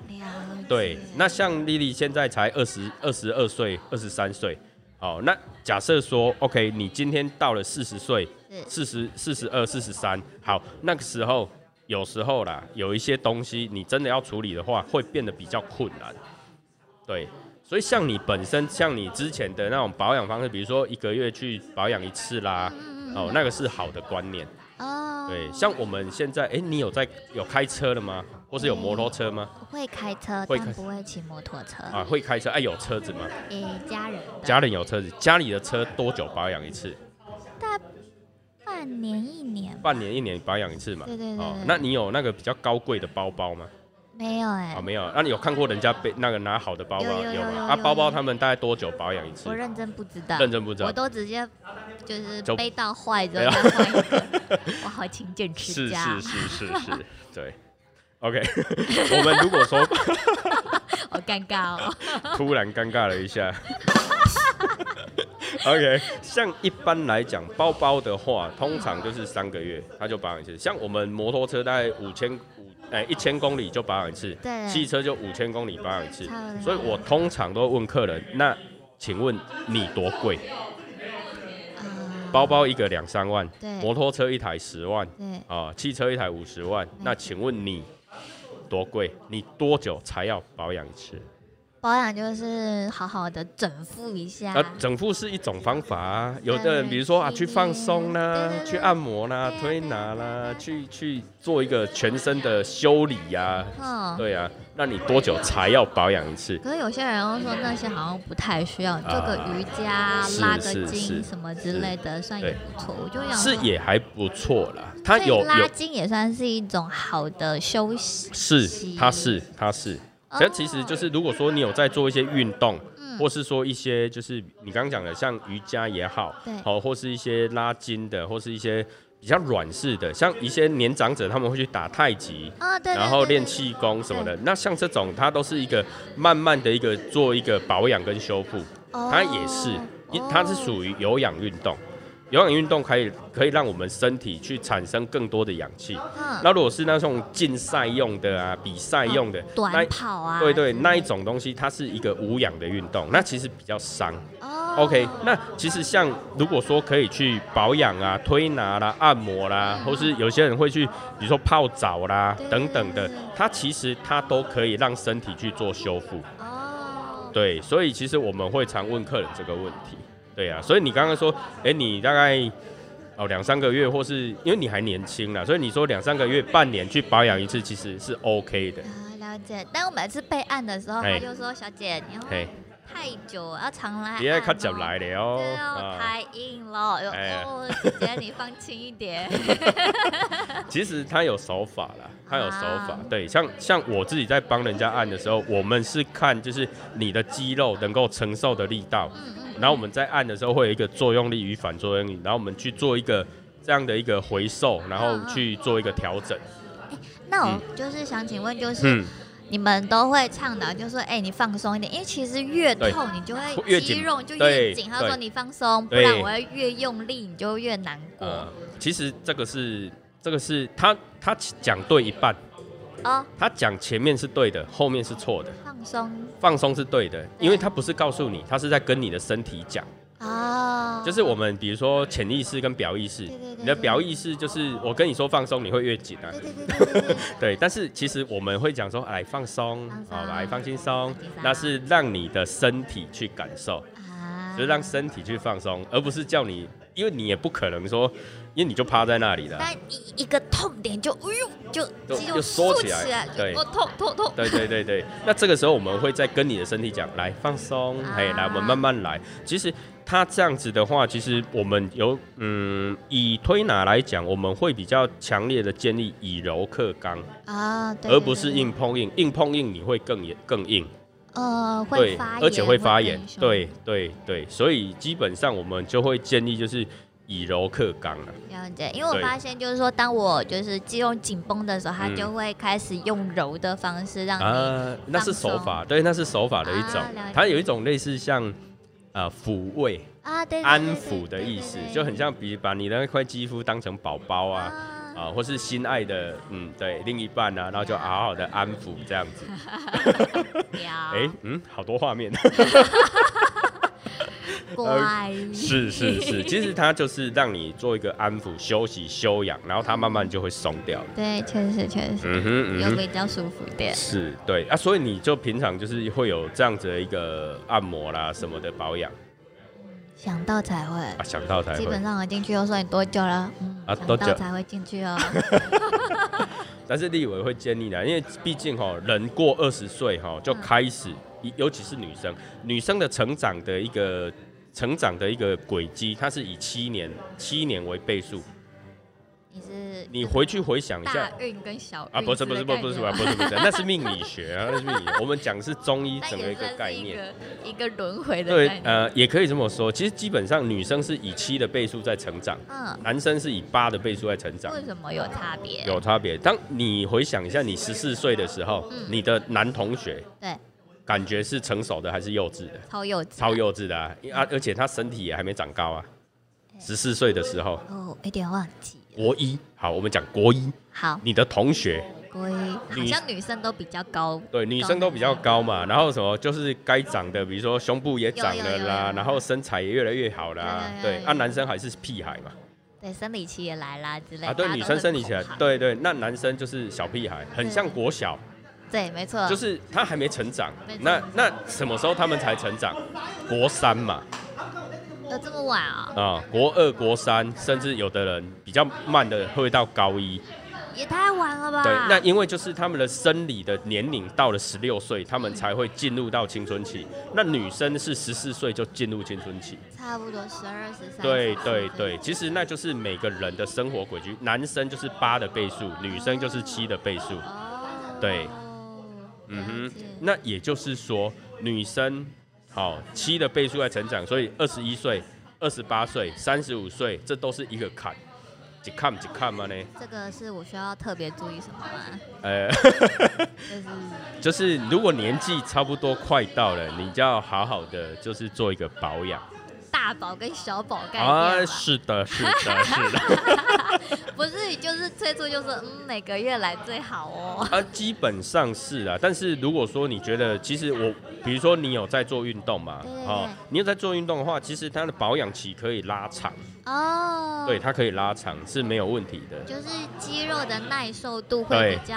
S2: 了解
S1: 对，那像丽丽现在才二十二十二岁、二十三岁，哦，那假设说，OK，你今天到了四十岁、四
S2: 是
S1: 十四十二、四十三，好，那个时候有时候啦，有一些东西你真的要处理的话，会变得比较困难。对，所以像你本身，像你之前的那种保养方式，比如说一个月去保养一次啦，哦，那个是好的观念。
S2: 嗯哦，
S1: 对，像我们现在，哎、你有在有开车了吗？或是有摩托车吗？
S2: 会开车，
S1: 会
S2: 但
S1: 开
S2: 不会骑摩托车，
S1: 啊，会开车，哎、有车子吗？
S2: 诶、家人的
S1: 家人有车子，家里的车多久保养一次？
S2: 半年一年吧
S1: 半年、一年保养一次嘛。哦
S2: 对对对对
S1: 那你有那个比较高贵的包包吗？
S2: 没有哎、
S1: 啊，没有。那你有看过人家背那个拿好的包包
S2: 有有有有
S1: 吗？啊，
S2: 有
S1: 包包
S2: 有
S1: 他们大概多久保养一次
S2: 我？认真不知道，
S1: 认真不知道
S2: 我。都直接就是
S1: 就
S2: 背到坏之后
S1: 哎呀
S2: 再换一个， 我好勤俭持
S1: 是
S2: 家，
S1: 是是是是，对。OK，我 们如果说
S2: 好尴 尬哦。
S1: 突然尴尬了一下。OK，像一般来讲，包包的话，通常就是三个月它就保养一次。像我们摩托车大概五千五，哎，一千公里就保养一次，
S2: 对
S1: 汽车就五千公里保养一次
S2: 差不。多
S1: 所以我通常都会问客人，那请问你多贵？
S2: 啊
S1: 包包一个两三万，
S2: 对
S1: 摩托车一台十万，
S2: 对，
S1: 啊、汽车一台五十万。那请问你多贵？你多久才要保养一次？
S2: 保养就是好好的整复一下，
S1: 啊，整复是一种方法啊，有
S2: 当
S1: 的
S2: 然
S1: 人比如说啊，
S2: 是
S1: 去放松啦
S2: 嗯对对，对
S1: 去按摩啦
S2: 对啊，
S1: 推
S2: 对啊
S1: 拿啦
S2: 对啊，
S1: 去去做一个全身的修理呀、
S2: 嗯。
S1: 对啊，那你多久才要保养一次？
S2: 可是有些人又说那些好像不太需要，做个瑜伽、
S1: 是
S2: 拉个
S1: 是
S2: 筋
S1: 是
S2: 什么之类的，算也
S1: 对
S2: 不错。我就想
S1: 是
S2: 说
S1: 也还不错啦，它
S2: 哦所以
S1: 有
S2: 拉
S1: 有
S2: 筋也算是一种好的休息，
S1: 是，它是它是。其实其实就是，如果说你有在做一些运动，
S2: 哦嗯
S1: 或是说一些就是你刚刚讲的，像瑜伽也好，
S2: 对
S1: 好、或是一些拉筋的，或是一些比较软式的，像一些年长者他们会去打太极，
S2: 啊，对，对
S1: 然后
S2: 对
S1: 练
S2: 对
S1: 气功什么的。那像这种，它都是一个慢慢的一个做一个保养跟修复，它也是
S2: 哦，
S1: 一它是
S2: 哦
S1: 属于有氧运动。有氧运动可以可以让我们身体去产生更多的氧气。
S2: 嗯
S1: 那如果是那种竞赛用的啊，比赛用的，那
S2: 短跑啊，
S1: 对对，
S2: 之类
S1: 那一种东西它是一个无氧的运动，那其实比较伤。
S2: 哦
S1: OK，那其实像如果说可以去保养啊、推拿啦、按摩
S2: 嗯
S1: 啦，或是有些人会去，比如说泡澡啦
S2: 对
S1: 等等的
S2: 对对，
S1: 它其实它都可以让身体去做修复。
S2: 哦，
S1: 对，所以其实我们会常问客人这个问题。对啊，所以你刚刚说，哎，你大概哦两三个月，或是因为你还年轻啦，所以你说两三个月、半年去保养一次，其实是 OK 的。
S2: 啊了解。但我每次备案的时候，
S1: 哎
S2: 他就说：“小姐，你要
S1: 嘿，
S2: 太久，要常来按哦。”
S1: 别看脚来了哦
S2: 对。哦，
S1: 啊
S2: 太硬了，有
S1: 哎
S2: 哦，姐姐你放轻一 点。
S1: 其实他有手法啦，他有手法。
S2: 啊
S1: 对，像像我自己在帮人家按的时候，我们是看就是你的肌肉能够承受的力道，
S2: 嗯
S1: 然后我们在按的时候会有一个作用力与反作用力，然后我们去做一个这样的一个回收，然后去做一个调整。
S2: 那我就是想请问，就是
S1: 嗯，
S2: 你们都会倡导，就说：“哎，你放松一点，因为其实越
S1: 对
S2: 痛你就
S1: 越
S2: 会
S1: 紧
S2: 肌肉就越
S1: 对
S2: 紧。”他
S1: 对
S2: 说：“你放松，不
S1: 对
S2: 然我会越用力，你就会越难过。
S1: 呃，其实这个是这个是他他讲对一半，”
S2: 哦，
S1: 他讲前面是对的，后面是错的。
S2: 放松
S1: 放松是对的，因为他不是告诉你，他是在跟你的身体讲。
S2: 哦，
S1: 就是 我们比如说潜意识跟表意识，
S2: 对对对
S1: 你的表意识就是我跟你说放松，你会越紧啊
S2: 对。对对对对对。
S1: 对，但是其实我们会讲说，来放松，
S2: 放松
S1: 好、来放轻松
S2: 放轻松，
S1: 那是让你的身体去感受，
S2: 啊
S1: 就是让身体去放松，而不是叫你，因为你也不可能说，因为你就趴在那里的啊、
S2: 但一一个痛点就，哎呦，就
S1: 就
S2: 肌肉
S1: 就
S2: 缩
S1: 缩
S2: 起
S1: 起来
S2: 来，
S1: 对
S2: 就哦痛痛痛，
S1: 对对对对，那这个时候我们会再跟你的身体讲，来放松，
S2: 啊
S1: 哎、来我们慢慢来。其实它这样子的话，其实我们有嗯，以推拿来讲，我们会比较强烈的建议以柔克刚，
S2: 啊，对
S1: 而不是，
S2: 对对
S1: 硬碰硬，硬碰硬你会更严更硬，
S2: 呃，会
S1: 对
S2: 发，炎，
S1: 而且会发炎
S2: 更，凶
S1: 对，对对，所以基本上我们就会建议就是以柔克刚啊了，
S2: 了解。因为我
S1: 对
S2: 发现就是说，当我就是肌肉紧绷的时候，它
S1: 嗯
S2: 就会开始用柔的方式让你，
S1: 啊，那是手法，对，那是手法的一种
S2: 啊了解，
S1: 它有一种类似像呃抚慰。
S2: 啊，对，对
S1: 安抚的意思，就很。
S2: 对对对对对对
S1: 像比把你那块肌肤当成宝宝啊。
S2: 啊
S1: 啊，或是心爱的，嗯，对，另一半啊，然后就好好的安抚这样子。哎、
S2: 哎，
S1: 嗯，好多画面。
S2: 乖，
S1: 呃是是是，其实它就是让你做一个安抚、休息、休养，然后它慢慢就会松掉了。
S2: 对，确实确实
S1: 嗯哼，嗯
S2: 有
S1: 哼，
S2: 比较舒服点。
S1: 是对啊，所以你就平常就是会有这样子的一个按摩啦什么的保养
S2: 想到才会，
S1: 啊，想到才
S2: 基
S1: 会
S2: 本。上我进去又说你多久了？嗯，
S1: 啊
S2: 想
S1: 多
S2: 到
S1: 久
S2: 才会进 去哦。
S1: 但是立委会建议的，因为毕竟哈、人过二十岁
S2: 嗯
S1: 哈就开始，尤尤其是女生，女生的成长的一个成长的一个轨迹，它是以七年七年为倍数。
S2: 你是
S1: 你回去回想一下
S2: 大运跟小
S1: 啊，
S2: 运
S1: 不是不
S2: 之
S1: 是
S2: 类
S1: 不
S2: 的
S1: 是不是
S2: 概念吗
S1: 不是不是，那是命理学啊，那是命理。我们讲是中医
S2: 但
S1: 整个
S2: 也
S1: 一个
S2: 算是
S1: 概念。
S2: 一个一个轮回的
S1: 对
S2: 概，念。
S1: 呃，也可以这么说。其实基本上女生是以七的倍数在成长，
S2: 嗯，
S1: 男生是以八的倍数在成长。
S2: 为什么有差别？
S1: 有差别。当你回想一下，你十四岁的时候，
S2: 嗯
S1: 你的男同学，
S2: 对，
S1: 感觉是成熟的还是幼稚的？
S2: 超幼稚，
S1: 超幼稚的啊！因啊而且他身体也还没长高啊。十四岁的时候，
S2: 哦，有点忘记了。
S1: 国一，好，我们讲国一，
S2: 好，
S1: 你的同学，
S2: 国一好
S1: 女
S2: 像女生都比较高，
S1: 对，女生都比较高嘛，然后什么就是该长的，比如说胸部也长
S2: 有
S1: 了
S2: 有有有
S1: 啦
S2: 有，
S1: 然后身材也越来越好啦
S2: 有，有有有
S1: 对，
S2: 有
S1: 啊，男生还是屁孩嘛，
S2: 对，生理期也来啦之类。
S1: 啊，对，
S2: 大家
S1: 女
S2: 都
S1: 生
S2: 很
S1: 生理起来
S2: 恐怕，
S1: 对对，那男生就是小屁孩，很像
S2: 对
S1: 国小，
S2: 对，没错，
S1: 就是他还没成长
S2: 没。成
S1: 那
S2: 长
S1: 那什么时候他们才成长？国三嘛，
S2: 有这么晚啊？
S1: 啊、国二、国三，甚至有的人比较慢的会到高一。
S2: 也太晚了吧？
S1: 对，那因为就是他们的生理的年龄到了十六岁，他们才会进入到青春期。那女生是十四岁就进入青春期。
S2: 差不多十二十三。
S1: 对对对，其实那就是每个人的生活轨迹，男生就是八的倍数，女生就是七的倍数。
S2: 哦，
S1: 对，
S2: 嗯
S1: 嗯
S2: 哼
S1: 哼，，那也就是说，女生好七的倍数在成长，所以二十一岁、二十八岁、三十五岁，这都是一个坎，一坎一坎嘛呢？
S2: 这个是我需要特别注意什么吗？
S1: 呃，
S2: 就是
S1: 就是如果年纪差不多快到了，你就要好好的就是做一个保养
S2: 大宝跟小宝概念吧、
S1: 啊是的，是 的，是的。
S2: 不是，就是催促，就是嗯，每个月来最好哦。
S1: 啊，基本上是啊，但是如果说你觉得，其实我，比如说你有在做运动嘛哦
S2: 对对，对
S1: 你有在做运动的话，其实它的保养期可以拉长，
S2: 哦，
S1: 对，，它可以拉长是没有问题的。
S2: 就是肌肉的耐受度会
S1: 对
S2: 比较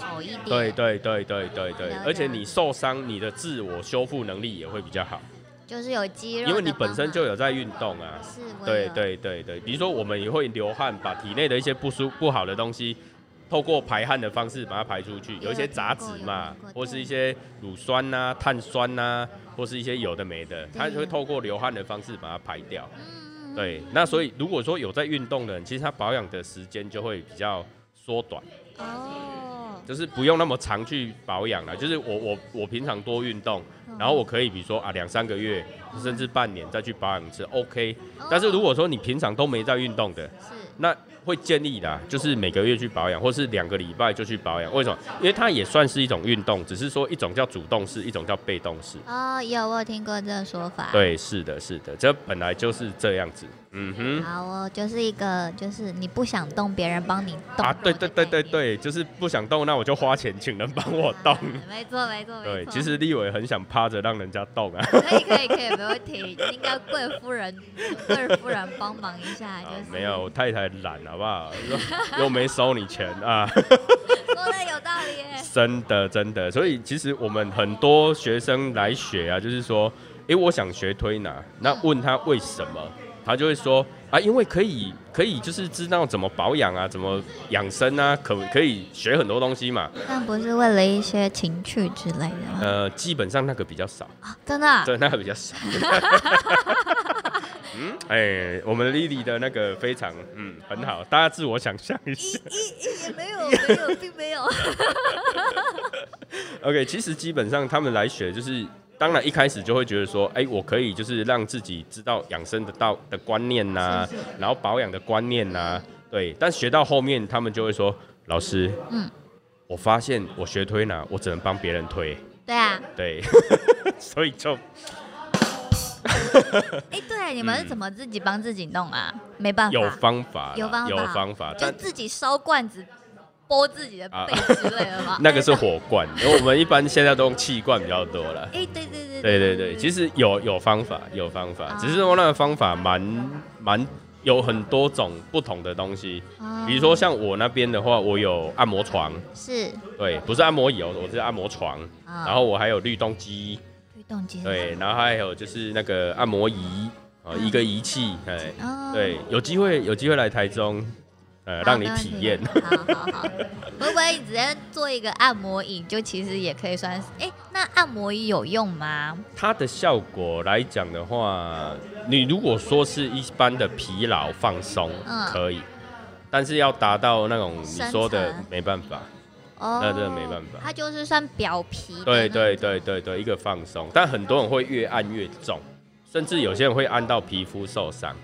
S2: 好一点。
S1: 对，对对对对对
S2: 了，解
S1: 而且你受伤，你的自我修复能力也会比较好，
S2: 就是有肌肉的帮忙，
S1: 因为你本身就有在运动啊。
S2: 是，我
S1: 对
S2: 有，
S1: 对对对，比如说我们也会流汗，把体内的一些不舒不好的东西，透过排汗的方式把它排出去，
S2: 有
S1: 有一些杂质嘛
S2: 听过有听过，
S1: 或是
S2: 对
S1: 一些乳酸呐、碳酸呐、或是一些有的没的，它
S2: 对
S1: 会透过流汗的方式把它排掉。
S2: 嗯，
S1: 对，那所以如果说有在运动的人，其实他保养的时间就会比较缩短，
S2: 哦，
S1: 就是不用那么长去保养了。就是我我我平常多运动，
S2: 嗯
S1: 然后我可以比如说啊两三个月甚至半年再去保养一次，OK。
S2: 哦，
S1: 但是如果说你平常都没在运动的，
S2: 是
S1: 那会建议的啊、就是每个月去保养，或是两个礼拜就去保养。为什么？因为它也算是一种运动，只是说一种叫主动式，一种叫被动式。
S2: 哦，有我有听过这个说法。，
S1: 对，是的，是的，这本来就是这样子。嗯哼，
S2: 好哦，就是一个就是你不想动，别人帮你动
S1: 啊，对对对对
S2: 对，
S1: 对，就是不想动，那我就花钱请人帮我 动。
S2: 啊没错没错没错。
S1: 对，其实立伟很想趴着让人家动 啊，
S2: 可以可以可以，没问题。应该贵夫人贵夫人帮忙一下，就是、
S1: 啊没有，我太太懒好不好？又又没收你钱啊。
S2: 说的有道理耶。
S1: 真的，真的。所以其实我们很多学生来学啊，就是说，诶，我想学推拿，那问他为什么，他就会说啊，因为可以，可以就是知道怎么保养啊，怎么养生啊，可可以学很多东西嘛。
S2: 但不是为了一些情趣之类的 吗？
S1: 呃，基本上那个比较少，
S2: 啊真的啊、
S1: 对，那个比较少。嗯，哎、我们 Lily 的那个非常嗯很好，大家自我想象一下。
S2: 也没有没有，并 没有。
S1: OK，其实基本上他们来学就是，当然一开始就会觉得说，哎、我可以就是让自己知道养生的道的观念呐、
S2: 是是
S1: 然后保养的观念呐、对。但学到后面，他们就会说，老师，
S2: 嗯，
S1: 我发现我学推拿，我只能帮别人推，
S2: 对啊，
S1: 对，所以就
S2: 哎、对，你们是怎么自己帮自己弄啊？没办法，
S1: 嗯有方法啦，
S2: 有方法
S1: 有方法，
S2: 就
S1: 但
S2: 自己烧罐子拨自己的背之类的吧
S1: 啊 。那个是火罐，因为我们一般现在都用气罐比较多了。
S2: 哎、对对对
S1: 对对对，其
S2: 实
S1: 实有有方法，有方法
S2: 啊，
S1: 只是说那个方法蛮蛮有很多种不同的东西。
S2: 嗯啊
S1: 比如说像我那边的话，我有按摩床，
S2: 是，
S1: 对，不是按摩椅哦，我是按摩床，
S2: 啊
S1: 然后我还有律动机，
S2: 律动机，
S1: 对，然后还有就是那个按摩仪啊，
S2: 嗯
S1: 一个仪器，哎，
S2: 哦，
S1: 对，有机会有机会来台中，呃，
S2: 好，
S1: 让你
S2: 没问
S1: 体验。
S2: 好好 好，会不会直接做一个按摩椅，就其实也可以算是？哎、那按摩椅有用吗？
S1: 它的效果来讲的话，你如果说是一般的疲劳放松，
S2: 嗯
S1: 可以，但是要达到那种你
S2: 深
S1: 说的
S2: 层
S1: 没办法，
S2: 哦，
S1: 那真的没办法
S2: 它就是算表皮的
S1: 对
S2: 那
S1: 对对对对，一个放松。但很多人会越按越重，甚至有些人会按到皮肤受伤，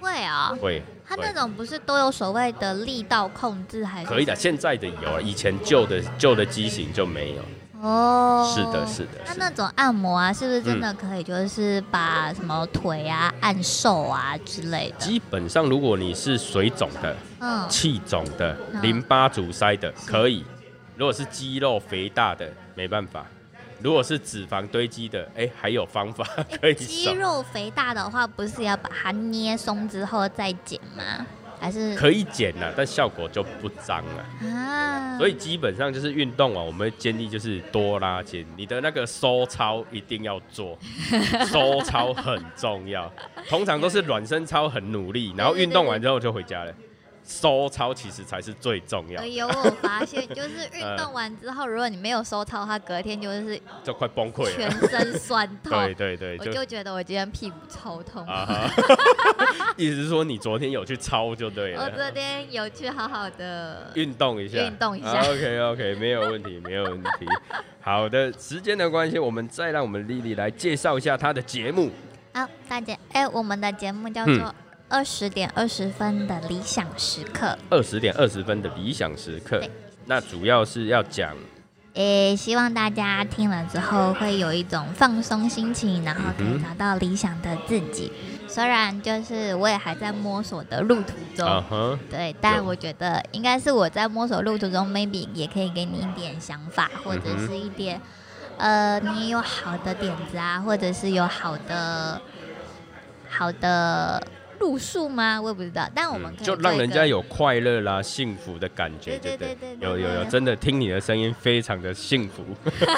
S2: 会啊、
S1: 会
S2: 它那
S1: 会
S2: 种不是都有所谓的力道控制还是？
S1: 可以的。现在的有啊，以前旧的旧的机型就没有。
S2: 哦，
S1: 是的，是的，嗯
S2: 那
S1: 是
S2: 那
S1: 的。
S2: 种按摩啊，是不是真的可以就是把什么腿啊按瘦啊之类的？
S1: 基本上，如果你是水肿的、
S2: 嗯，
S1: 气肿的、
S2: 嗯
S1: 淋巴阻塞的
S2: 是
S1: 可以，如果是肌肉肥大的没办法，如果是脂肪堆积的，哎、还有方法 可以
S2: 肌
S1: 手，
S2: 肉肥大的话，不是要把它捏松之后再剪吗？还是
S1: 可以减了，但效果就不彰了。
S2: 啊？
S1: 所以基本上就是运动啊，我们会建议就是多拉筋，你的那个收操一定要 做，收操很重要。通常都是软身操很努力，然后运动完之后就回家了。收操其实才是最重要
S2: 呃，，有我发现，就是运动完之后，如果你没有收操，它隔天就是
S1: 就快崩溃了
S2: 全。身酸痛。
S1: 对对对，
S2: 我
S1: 就
S2: 就觉得我今天屁股超痛。
S1: 啊哈， 意思是说你昨天有去操就对
S2: 我
S1: 了，
S2: 昨天有去好好的，
S1: 运动一下，
S2: 哦运动一下
S1: OK OK，没有问 题，没有问题。好的，时间的关系，我们再让我们丽丽来介绍一下她的节目。
S2: 好，大家，哎、我们的节目
S1: 嗯
S2: 叫做二十点二十分的理想时刻，
S1: 二十点二十分的理想时刻
S2: 对，
S1: 那主要是要讲
S2: 诶、哎希望大家听了之后会有一种放松心情，然后可以
S1: 嗯哼
S2: 找到理想的自己。虽然就是我也还在摸索的路途中，
S1: 啊哈，
S2: 对，但
S1: 有
S2: 我觉得应该是我在摸索路途中，maybe 也可以给你一点想法，或者
S1: 嗯哼
S2: 是一点，呃，你有好的点子啊，或者是有好的好的路数吗？我也不知道，但我们
S1: 嗯
S2: 可以、
S1: 就让人家。有快乐啦、幸福的感觉，
S2: 对对
S1: 对
S2: 对对对
S1: 有有有，
S2: 对
S1: 真的听你的声音非常的幸福。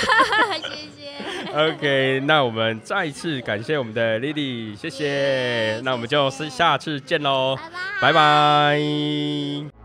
S2: 谢 谢。
S1: OK，那我们再次感谢我们的丽丽，谢谢。
S2: 耶
S1: 那我们就是
S2: 谢谢
S1: 下次见喽，拜
S2: 拜拜。
S1: 拜